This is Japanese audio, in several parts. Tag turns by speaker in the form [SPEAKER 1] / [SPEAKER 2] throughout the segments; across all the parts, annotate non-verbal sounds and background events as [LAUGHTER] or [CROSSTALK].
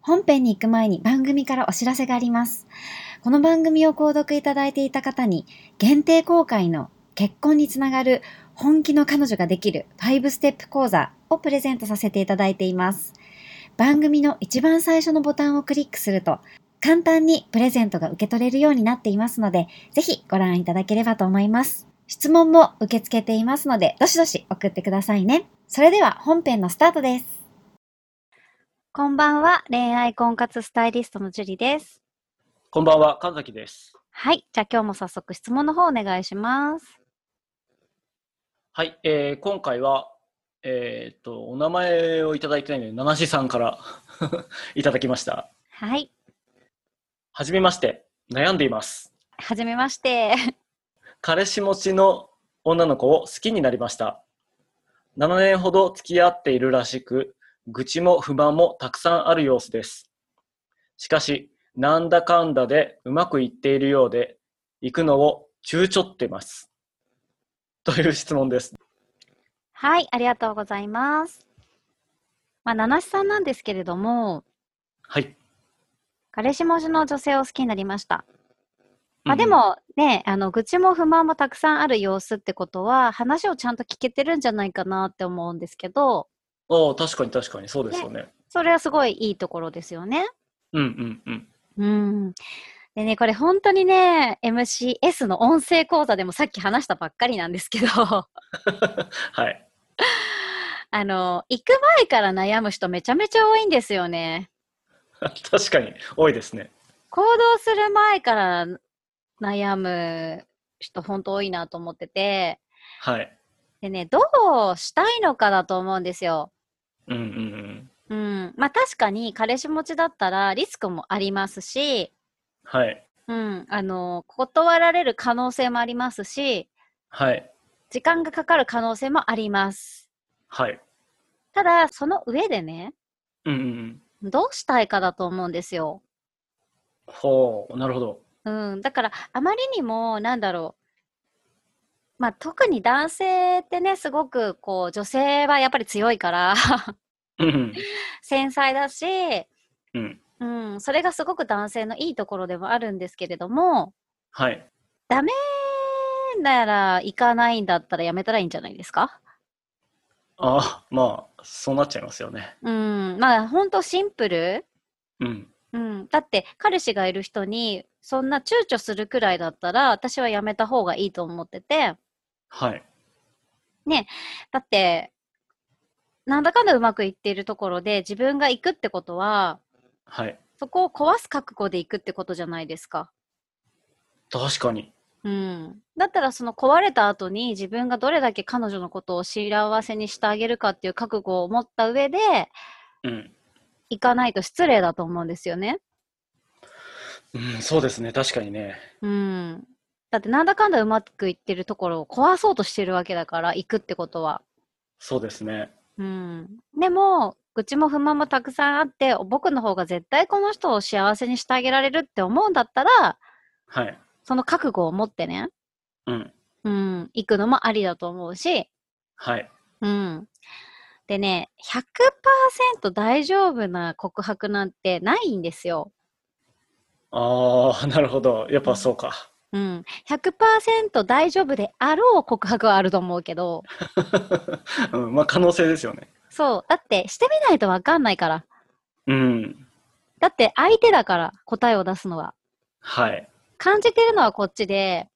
[SPEAKER 1] 本編に行く前に番組からお知らせがありますこの番組を購読いただいていた方に、限定公開の結婚につながる本気の彼女ができる5ステップ講座をプレゼントさせていただいています。番組の一番最初のボタンをクリックすると、簡単にプレゼントが受け取れるようになっていますので、ぜひご覧いただければと思います。質問も受け付けていますので、どしどし送ってくださいね。それでは本編のスタートです。こんばんは、恋愛婚活スタイリストのジュリです。
[SPEAKER 2] こんばんは、神崎です。
[SPEAKER 1] はい。じゃあ今日も早速質問の方お願いします。
[SPEAKER 2] はい、えー今回は、えーっと、お名前をいただいてないので、七志さんから [LAUGHS] いただきました。
[SPEAKER 1] はい。
[SPEAKER 2] はじめまして、悩んでいます。
[SPEAKER 1] はじめまして。
[SPEAKER 2] 彼氏持ちの女の子を好きになりました。7年ほど付き合っているらしく、愚痴も不満もたくさんある様子です。しかし、なんだかんだでうまくいっているようで、行くのを躊躇ってます。という質問です。
[SPEAKER 1] はい。ありがとうございます。まあ、七七さんなんですけれども、
[SPEAKER 2] はい。
[SPEAKER 1] 彼氏文字の女性を好きになりました。まあ、でもね、あの、愚痴も不満もたくさんある様子ってことは、話をちゃんと聞けてるんじゃないかなって思うんですけど、
[SPEAKER 2] ああ、確かに確かに、そうですよね。
[SPEAKER 1] それはすごいいいところですよね。
[SPEAKER 2] うんうんうん。
[SPEAKER 1] うん。でね、これ本当にね、MCS の音声講座でもさっき話したばっかりなんですけど、 [LAUGHS]
[SPEAKER 2] はい。 [LAUGHS]
[SPEAKER 1] あの、行く前から悩む人めちゃめちゃ多いんですよね。
[SPEAKER 2] 確かに、多いですね。
[SPEAKER 1] 行動する前から悩む人ほんと多いなと思ってて、
[SPEAKER 2] はい。
[SPEAKER 1] でね、どうしたいのかだと思うんですよ。
[SPEAKER 2] うんうんうん。
[SPEAKER 1] うん。まあ確かに彼氏持ちだったらリスクもありますし、
[SPEAKER 2] はい。
[SPEAKER 1] うん、あの、断られる可能性もありますし、
[SPEAKER 2] はい。
[SPEAKER 1] 時間がかかる可能性もあります。
[SPEAKER 2] はい。
[SPEAKER 1] ただ、その上でね、
[SPEAKER 2] うんうんうん。
[SPEAKER 1] どうしたいかだと思うんですよ。
[SPEAKER 2] ほう、なるほど。
[SPEAKER 1] うん、だからあまりにもなんだろう、まあ、特に男性ってねすごくこう女性はやっぱり強いから [LAUGHS]
[SPEAKER 2] うん
[SPEAKER 1] 繊細だし、
[SPEAKER 2] うん。うん。
[SPEAKER 1] うん、それがすごく男性のいいところでもあるんですけれども
[SPEAKER 2] はい。
[SPEAKER 1] ダメなら行かないんだったらやめたらいいんじゃないですか
[SPEAKER 2] ああ、まあ、そうなっちゃいますよね。
[SPEAKER 1] うんまあほんとシンプル、
[SPEAKER 2] うん。
[SPEAKER 1] うん、だって彼氏がいる人にそんな躊躇するくらいだったら私はやめた方がいいと思ってて。
[SPEAKER 2] はい。
[SPEAKER 1] だって、なんだかんだうまくいっているところで自分が行くってことは、
[SPEAKER 2] はい。
[SPEAKER 1] そこを壊す覚悟で行くってことじゃないですか。
[SPEAKER 2] 確かに。
[SPEAKER 1] うん。だったらその壊れた後に自分がどれだけ彼女のことを幸せにしてあげるかっていう覚悟を持った上で、
[SPEAKER 2] うん。
[SPEAKER 1] 行かないと失礼だと思うんですよね。
[SPEAKER 2] うん、そうですね。確かにね。
[SPEAKER 1] うん。だってなんだかんだうまくいってるところを壊そうとしてるわけだから、行くってことは。
[SPEAKER 2] そうですね。
[SPEAKER 1] うん。でも、愚痴も不満もたくさんあって、僕の方が絶対この人を幸せにしてあげられるって思うんだったら、
[SPEAKER 2] はい。
[SPEAKER 1] その覚悟を持ってね、
[SPEAKER 2] うん。
[SPEAKER 1] うん、行くのもありだと思うし、
[SPEAKER 2] はい。
[SPEAKER 1] うん。でね、100%大丈夫な告白なんてないんですよ。
[SPEAKER 2] ああ、なるほど。やっぱそうか。 [LAUGHS]
[SPEAKER 1] うん。100%大丈夫であろう告白はあると思うけど、
[SPEAKER 2] うん、まあ、可能性ですよね。
[SPEAKER 1] そう。だって、してみないとわかんないから。
[SPEAKER 2] うん。
[SPEAKER 1] だって、相手だから、答えを出すのは。
[SPEAKER 2] はい。
[SPEAKER 1] 感じてるのはこっちで、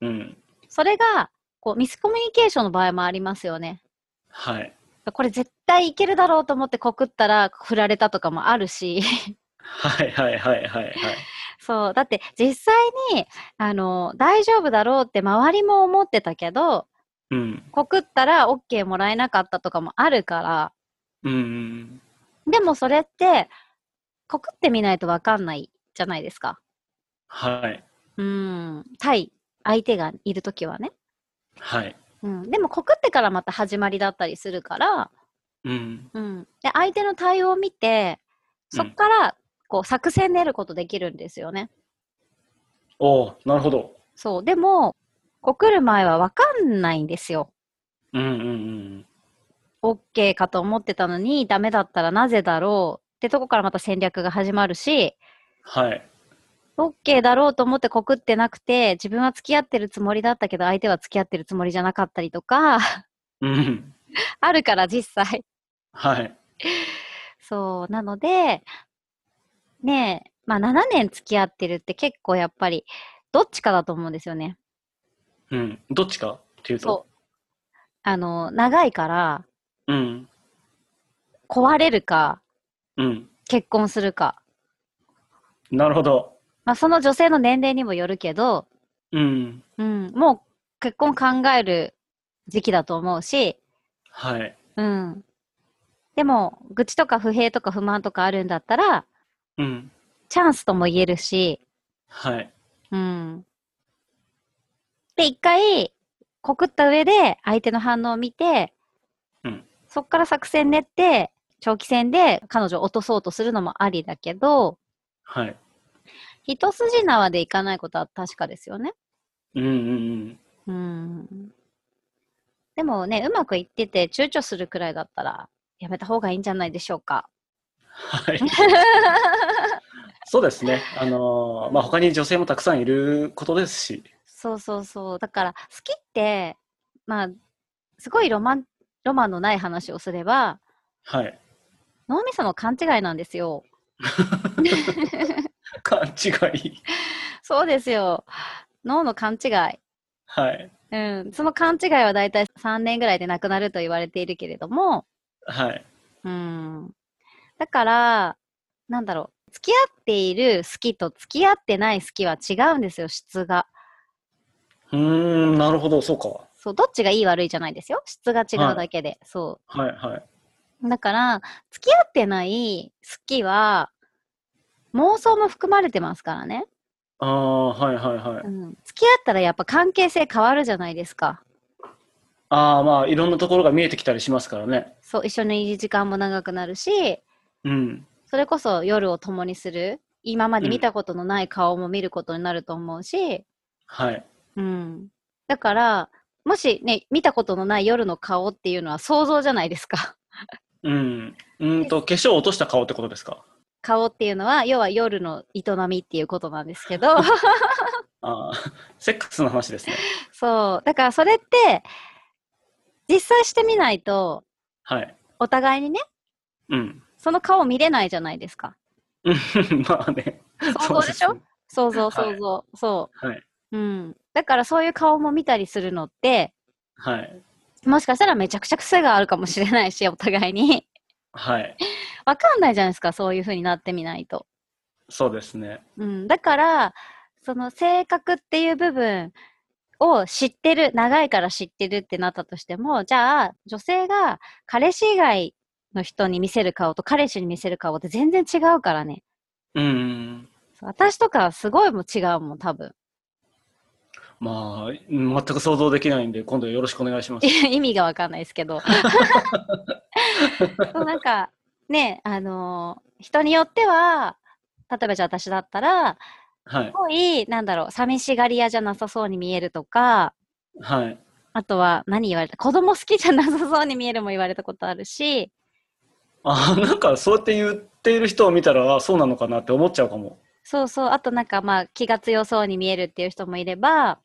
[SPEAKER 2] うん。
[SPEAKER 1] それが、こう、ミスコミュニケーションの場合もありますよね。
[SPEAKER 2] はい。
[SPEAKER 1] これ絶対いけるだろうと思って告ったら振られたとかもあるし、 [LAUGHS]
[SPEAKER 2] はいはいはいはいはい。
[SPEAKER 1] そう。だって実際に、あの、大丈夫だろうって周りも思ってたけど、
[SPEAKER 2] うん。
[SPEAKER 1] 告ったら OK もらえなかったとかもあるから、
[SPEAKER 2] うんうん。
[SPEAKER 1] でもそれって、告ってみないとわかんないじゃないですか。
[SPEAKER 2] はい。
[SPEAKER 1] うん。対相手がいるときはね。
[SPEAKER 2] はい。
[SPEAKER 1] うん。でも告ってからまた始まりだったりするから、
[SPEAKER 2] うん。
[SPEAKER 1] うん。で、相手の対応を見て、そっから、こう、作戦練ることできるんですよね。
[SPEAKER 2] おおなるほど。
[SPEAKER 1] そう。でも、告る前はわかんないんですよ。
[SPEAKER 2] うんうんうん。
[SPEAKER 1] OK かと思ってたのに、ダメだったらなぜだろうってとこからまた戦略が始まるし、
[SPEAKER 2] はい。
[SPEAKER 1] OK だろうと思って告ってなくて、自分は付き合ってるつもりだったけど、相手は付き合ってるつもりじゃなかったりとか、 [LAUGHS]
[SPEAKER 2] うん。
[SPEAKER 1] あるから実際。
[SPEAKER 2] はい。
[SPEAKER 1] そう。なので、ねえ、まあ7年付き合ってるって結構やっぱり、どっちかだと思うんですよね。
[SPEAKER 2] うん。どっちかっていうと
[SPEAKER 1] そ。あの、長いから、
[SPEAKER 2] うん。
[SPEAKER 1] 壊れるか、
[SPEAKER 2] うん。
[SPEAKER 1] 結婚するか。
[SPEAKER 2] なるほど。
[SPEAKER 1] まあその女性の年齢にもよるけど、
[SPEAKER 2] うん。
[SPEAKER 1] うん、もう結婚考える時期だと思うし、
[SPEAKER 2] はい。
[SPEAKER 1] うん。でも、愚痴とか不平とか不満とかあるんだったら、
[SPEAKER 2] うん。
[SPEAKER 1] チャンスとも言えるし、
[SPEAKER 2] はい。
[SPEAKER 1] うん。で、一回、告った上で、相手の反応を見て、
[SPEAKER 2] うん
[SPEAKER 1] そっから作戦練って、長期戦で彼女を落とそうとするのもありだけど、
[SPEAKER 2] はい。
[SPEAKER 1] 一筋縄でいかないことは確かですよね。
[SPEAKER 2] うんうん
[SPEAKER 1] うんでもね、うまくいってて、躊躇するくらいだったら、やめた方がいいんじゃないでしょうか。
[SPEAKER 2] はい。そうですね。あのーまあ、他に女性もたくさんいることですし。
[SPEAKER 1] そうそうそう。だから、好きって、まあ、すごいロマン、ロマンのない話をすれば、
[SPEAKER 2] はい。
[SPEAKER 1] 脳みその勘違いなんですよ。
[SPEAKER 2] 勘違い。
[SPEAKER 1] そうですよ。脳の勘違い。
[SPEAKER 2] はい。
[SPEAKER 1] うん。その勘違いはだいたい3年ぐらいでなくなると言われているけれども、
[SPEAKER 2] はい。
[SPEAKER 1] うん。だから、なんだろう。付き合っている好きと付き合ってない好きは違うんですよ、質が。
[SPEAKER 2] うーん、なるほど、そうか。
[SPEAKER 1] そう、どっちがいい悪いじゃないですよ。質が違うだけで。そ
[SPEAKER 2] はいはい。
[SPEAKER 1] う。だから、付き合ってない好きは、妄想も含まれてますからね。
[SPEAKER 2] ああ、はいはいはい。
[SPEAKER 1] うん。付き合ったらやっぱ関係性変わるじゃないですか。
[SPEAKER 2] ああ、まあ、いろんなところが見えてきたりしますからね。
[SPEAKER 1] そう、一緒にいる時間も長くなるし、
[SPEAKER 2] うん。
[SPEAKER 1] それこそ夜を共にする。今まで見たことのない顔も見ることになると思うし、
[SPEAKER 2] はい。
[SPEAKER 1] うん。だから、もしね、見たことのない夜の顔っていうのは想像じゃないですか。 [LAUGHS]
[SPEAKER 2] うん。うーんと、化粧を落とした顔ってことですか。
[SPEAKER 1] 顔っていうのは、要は夜の営みっていうことなんですけ
[SPEAKER 2] [LAUGHS]
[SPEAKER 1] ど、
[SPEAKER 2] ああ、セックスの話ですね。
[SPEAKER 1] そう。だからそれって、実際してみないと、
[SPEAKER 2] はい。
[SPEAKER 1] お互いにね、
[SPEAKER 2] うん。 [LAUGHS]
[SPEAKER 1] その顔見れないじゃないですか。
[SPEAKER 2] うんまあね。
[SPEAKER 1] 想像でしょ
[SPEAKER 2] そ
[SPEAKER 1] 想
[SPEAKER 2] うす
[SPEAKER 1] 像、
[SPEAKER 2] は
[SPEAKER 1] 想
[SPEAKER 2] い
[SPEAKER 1] 像、そ
[SPEAKER 2] はい。
[SPEAKER 1] う。うん。だからそういう顔も見たりするのって、
[SPEAKER 2] はい。
[SPEAKER 1] もしかしたらめちゃくちゃ癖があるかもしれないし、お互いに。 [LAUGHS]
[SPEAKER 2] はい。
[SPEAKER 1] わかんないじゃないですか、そういう風になってみないと。
[SPEAKER 2] そうですね。
[SPEAKER 1] うん。だから、その性格っていう部分を知ってる、長いから知ってるってなったとしても、じゃあ、女性が彼氏以外の人に見せる顔と彼氏に見せる顔って全然違うからね。
[SPEAKER 2] うん。
[SPEAKER 1] そう私とかすごいもう違うもん、多分。 [LAUGHS]
[SPEAKER 2] まあ、全く想像できないんで、今度よろしくお願いします。
[SPEAKER 1] 意味がわかんないですけど。そうなんか、ね、あのー人によっては、例えばじゃあ私だったら、
[SPEAKER 2] はい
[SPEAKER 1] す。ごい、なんだろう、寂しがり屋じゃなさそうに見えるとか、
[SPEAKER 2] はい。
[SPEAKER 1] あとは何言われた、子供好きじゃなさそうに見えるも言われたことあるし、
[SPEAKER 2] ああ、なんか、そうやって言っている人を見たら、あそうなのかなって思っちゃうかも。
[SPEAKER 1] そうそう、あとなんかまあ気が強そうに見えるっていう人もいれば、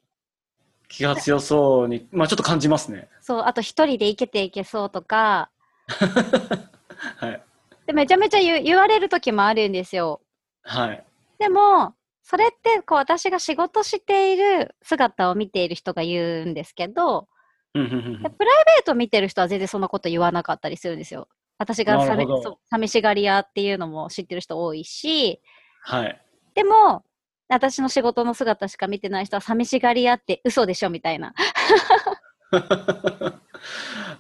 [SPEAKER 2] 気が強そうに、まあ、ちょっと感じますね。
[SPEAKER 1] そう、あと一人で生きていけそうとか、
[SPEAKER 2] はい。
[SPEAKER 1] でめちゃめちゃ言う言われる時もあるんですよ。
[SPEAKER 2] はい。
[SPEAKER 1] でも、それってこう私が仕事している姿を見ている人が言うんですけど、
[SPEAKER 2] うんうんうん
[SPEAKER 1] でプライベート見てる人は全然そんなこと言わなかったりするんですよ。私が
[SPEAKER 2] なる
[SPEAKER 1] 寂
[SPEAKER 2] ほど
[SPEAKER 1] そう寂しがり屋っていうのも知ってる人多いし、
[SPEAKER 2] はい。 [LAUGHS]
[SPEAKER 1] でも、私の仕事の姿しか見てない人は寂しがり屋って嘘でしょみたいな。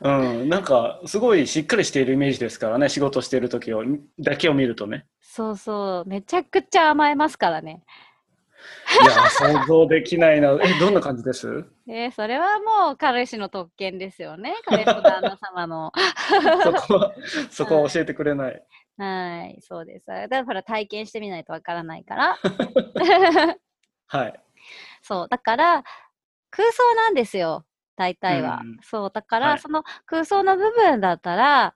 [SPEAKER 2] うん、なんかすごいしっかりしているイメージですからね仕事している時をだけを見るとね
[SPEAKER 1] そうそう、めちゃくちゃ甘えますからね。
[SPEAKER 2] いや想像できないなえどんな感じです
[SPEAKER 1] えーそれはもう彼氏の特権ですよね。彼氏と旦那様の。 [LAUGHS]
[SPEAKER 2] そこはそこは教えてくれない
[SPEAKER 1] はい、そうです。だからほら体験してみないとわからない
[SPEAKER 2] [LAUGHS]
[SPEAKER 1] から。
[SPEAKER 2] はい
[SPEAKER 1] そう、だから空想なんですよ、大体は。
[SPEAKER 2] うんうん
[SPEAKER 1] そう、だから、
[SPEAKER 2] はい
[SPEAKER 1] その空想の部分だったら、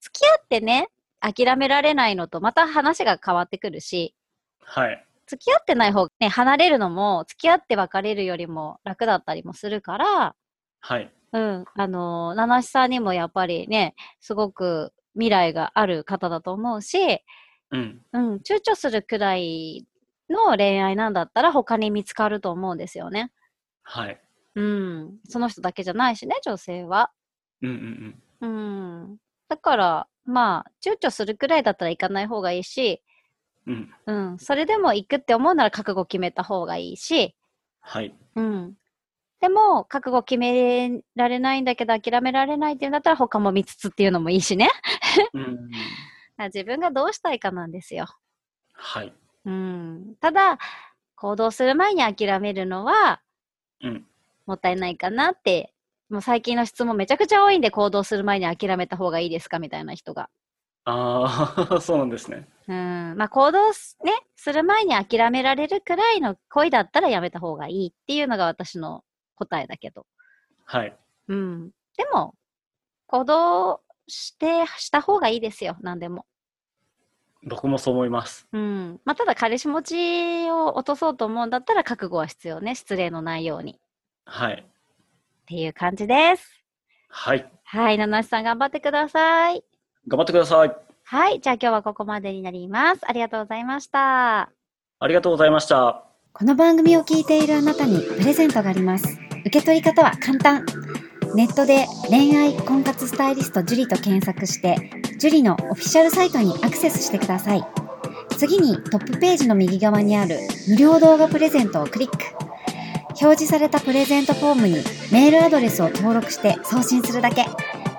[SPEAKER 1] 付き合ってね、諦められないのと、また話が変わってくるし、
[SPEAKER 2] はい
[SPEAKER 1] 付き合ってない方がね、離れるのも、付き合って別れるよりも楽だったりもするから、
[SPEAKER 2] はい
[SPEAKER 1] うん、あのー、七七さんにもやっぱりね、すごく未来がある方だと思うし、
[SPEAKER 2] うん
[SPEAKER 1] うん、躊躇するくらいの恋愛なんだったら他に見つかると思うんですよね。
[SPEAKER 2] はい
[SPEAKER 1] うん、その人だけじゃないしね、女性は。
[SPEAKER 2] うんうんうん
[SPEAKER 1] うん、だから、まあ、躊躇するくらいだったら行かない方がいいし、
[SPEAKER 2] うん
[SPEAKER 1] うん、それでも行くって思うなら覚悟決めた方がいいし、
[SPEAKER 2] はい
[SPEAKER 1] うん。でも、覚悟決められないんだけど諦められないっていうんだったら他も見つつっていうのもいいしね。
[SPEAKER 2] うん
[SPEAKER 1] あ自分がどうしたいかなんですよ。
[SPEAKER 2] はい
[SPEAKER 1] うん。ただ、行動する前に諦めるのは、
[SPEAKER 2] うん
[SPEAKER 1] もったいないかなって、もう最近の質問めちゃくちゃ多いんで、行動する前に諦めた方がいいですかみたいな人が。
[SPEAKER 2] ああ [LAUGHS] そうなんですね
[SPEAKER 1] うん。まあ、行動す,、ね、する前に諦められるくらいの恋だったらやめた方がいいっていうのが私の答えだけど。
[SPEAKER 2] はい
[SPEAKER 1] うん。でも、行動して、した方がいいですよ。何でも。
[SPEAKER 2] 僕もそう思います
[SPEAKER 1] うん。まあ、ただ彼氏持ちを落とそうと思うんだったら覚悟は必要ね。失礼のないように。
[SPEAKER 2] はい
[SPEAKER 1] っていう感じです。
[SPEAKER 2] はい
[SPEAKER 1] はい。七七さん頑張ってください。
[SPEAKER 2] 頑張ってください
[SPEAKER 1] はい。じゃあ今日はここまでになります。ありがとうございました。
[SPEAKER 2] ありがとうございました
[SPEAKER 3] この番組を聞いているあなたにプレゼントがあります。受け取り方は簡単。ネットで恋愛婚活スタイリスト樹と検索して、樹のオフィシャルサイトにアクセスしてください。次にトップページの右側にある無料動画プレゼントをクリック。表示されたプレゼントフォームにメールアドレスを登録して送信するだけ。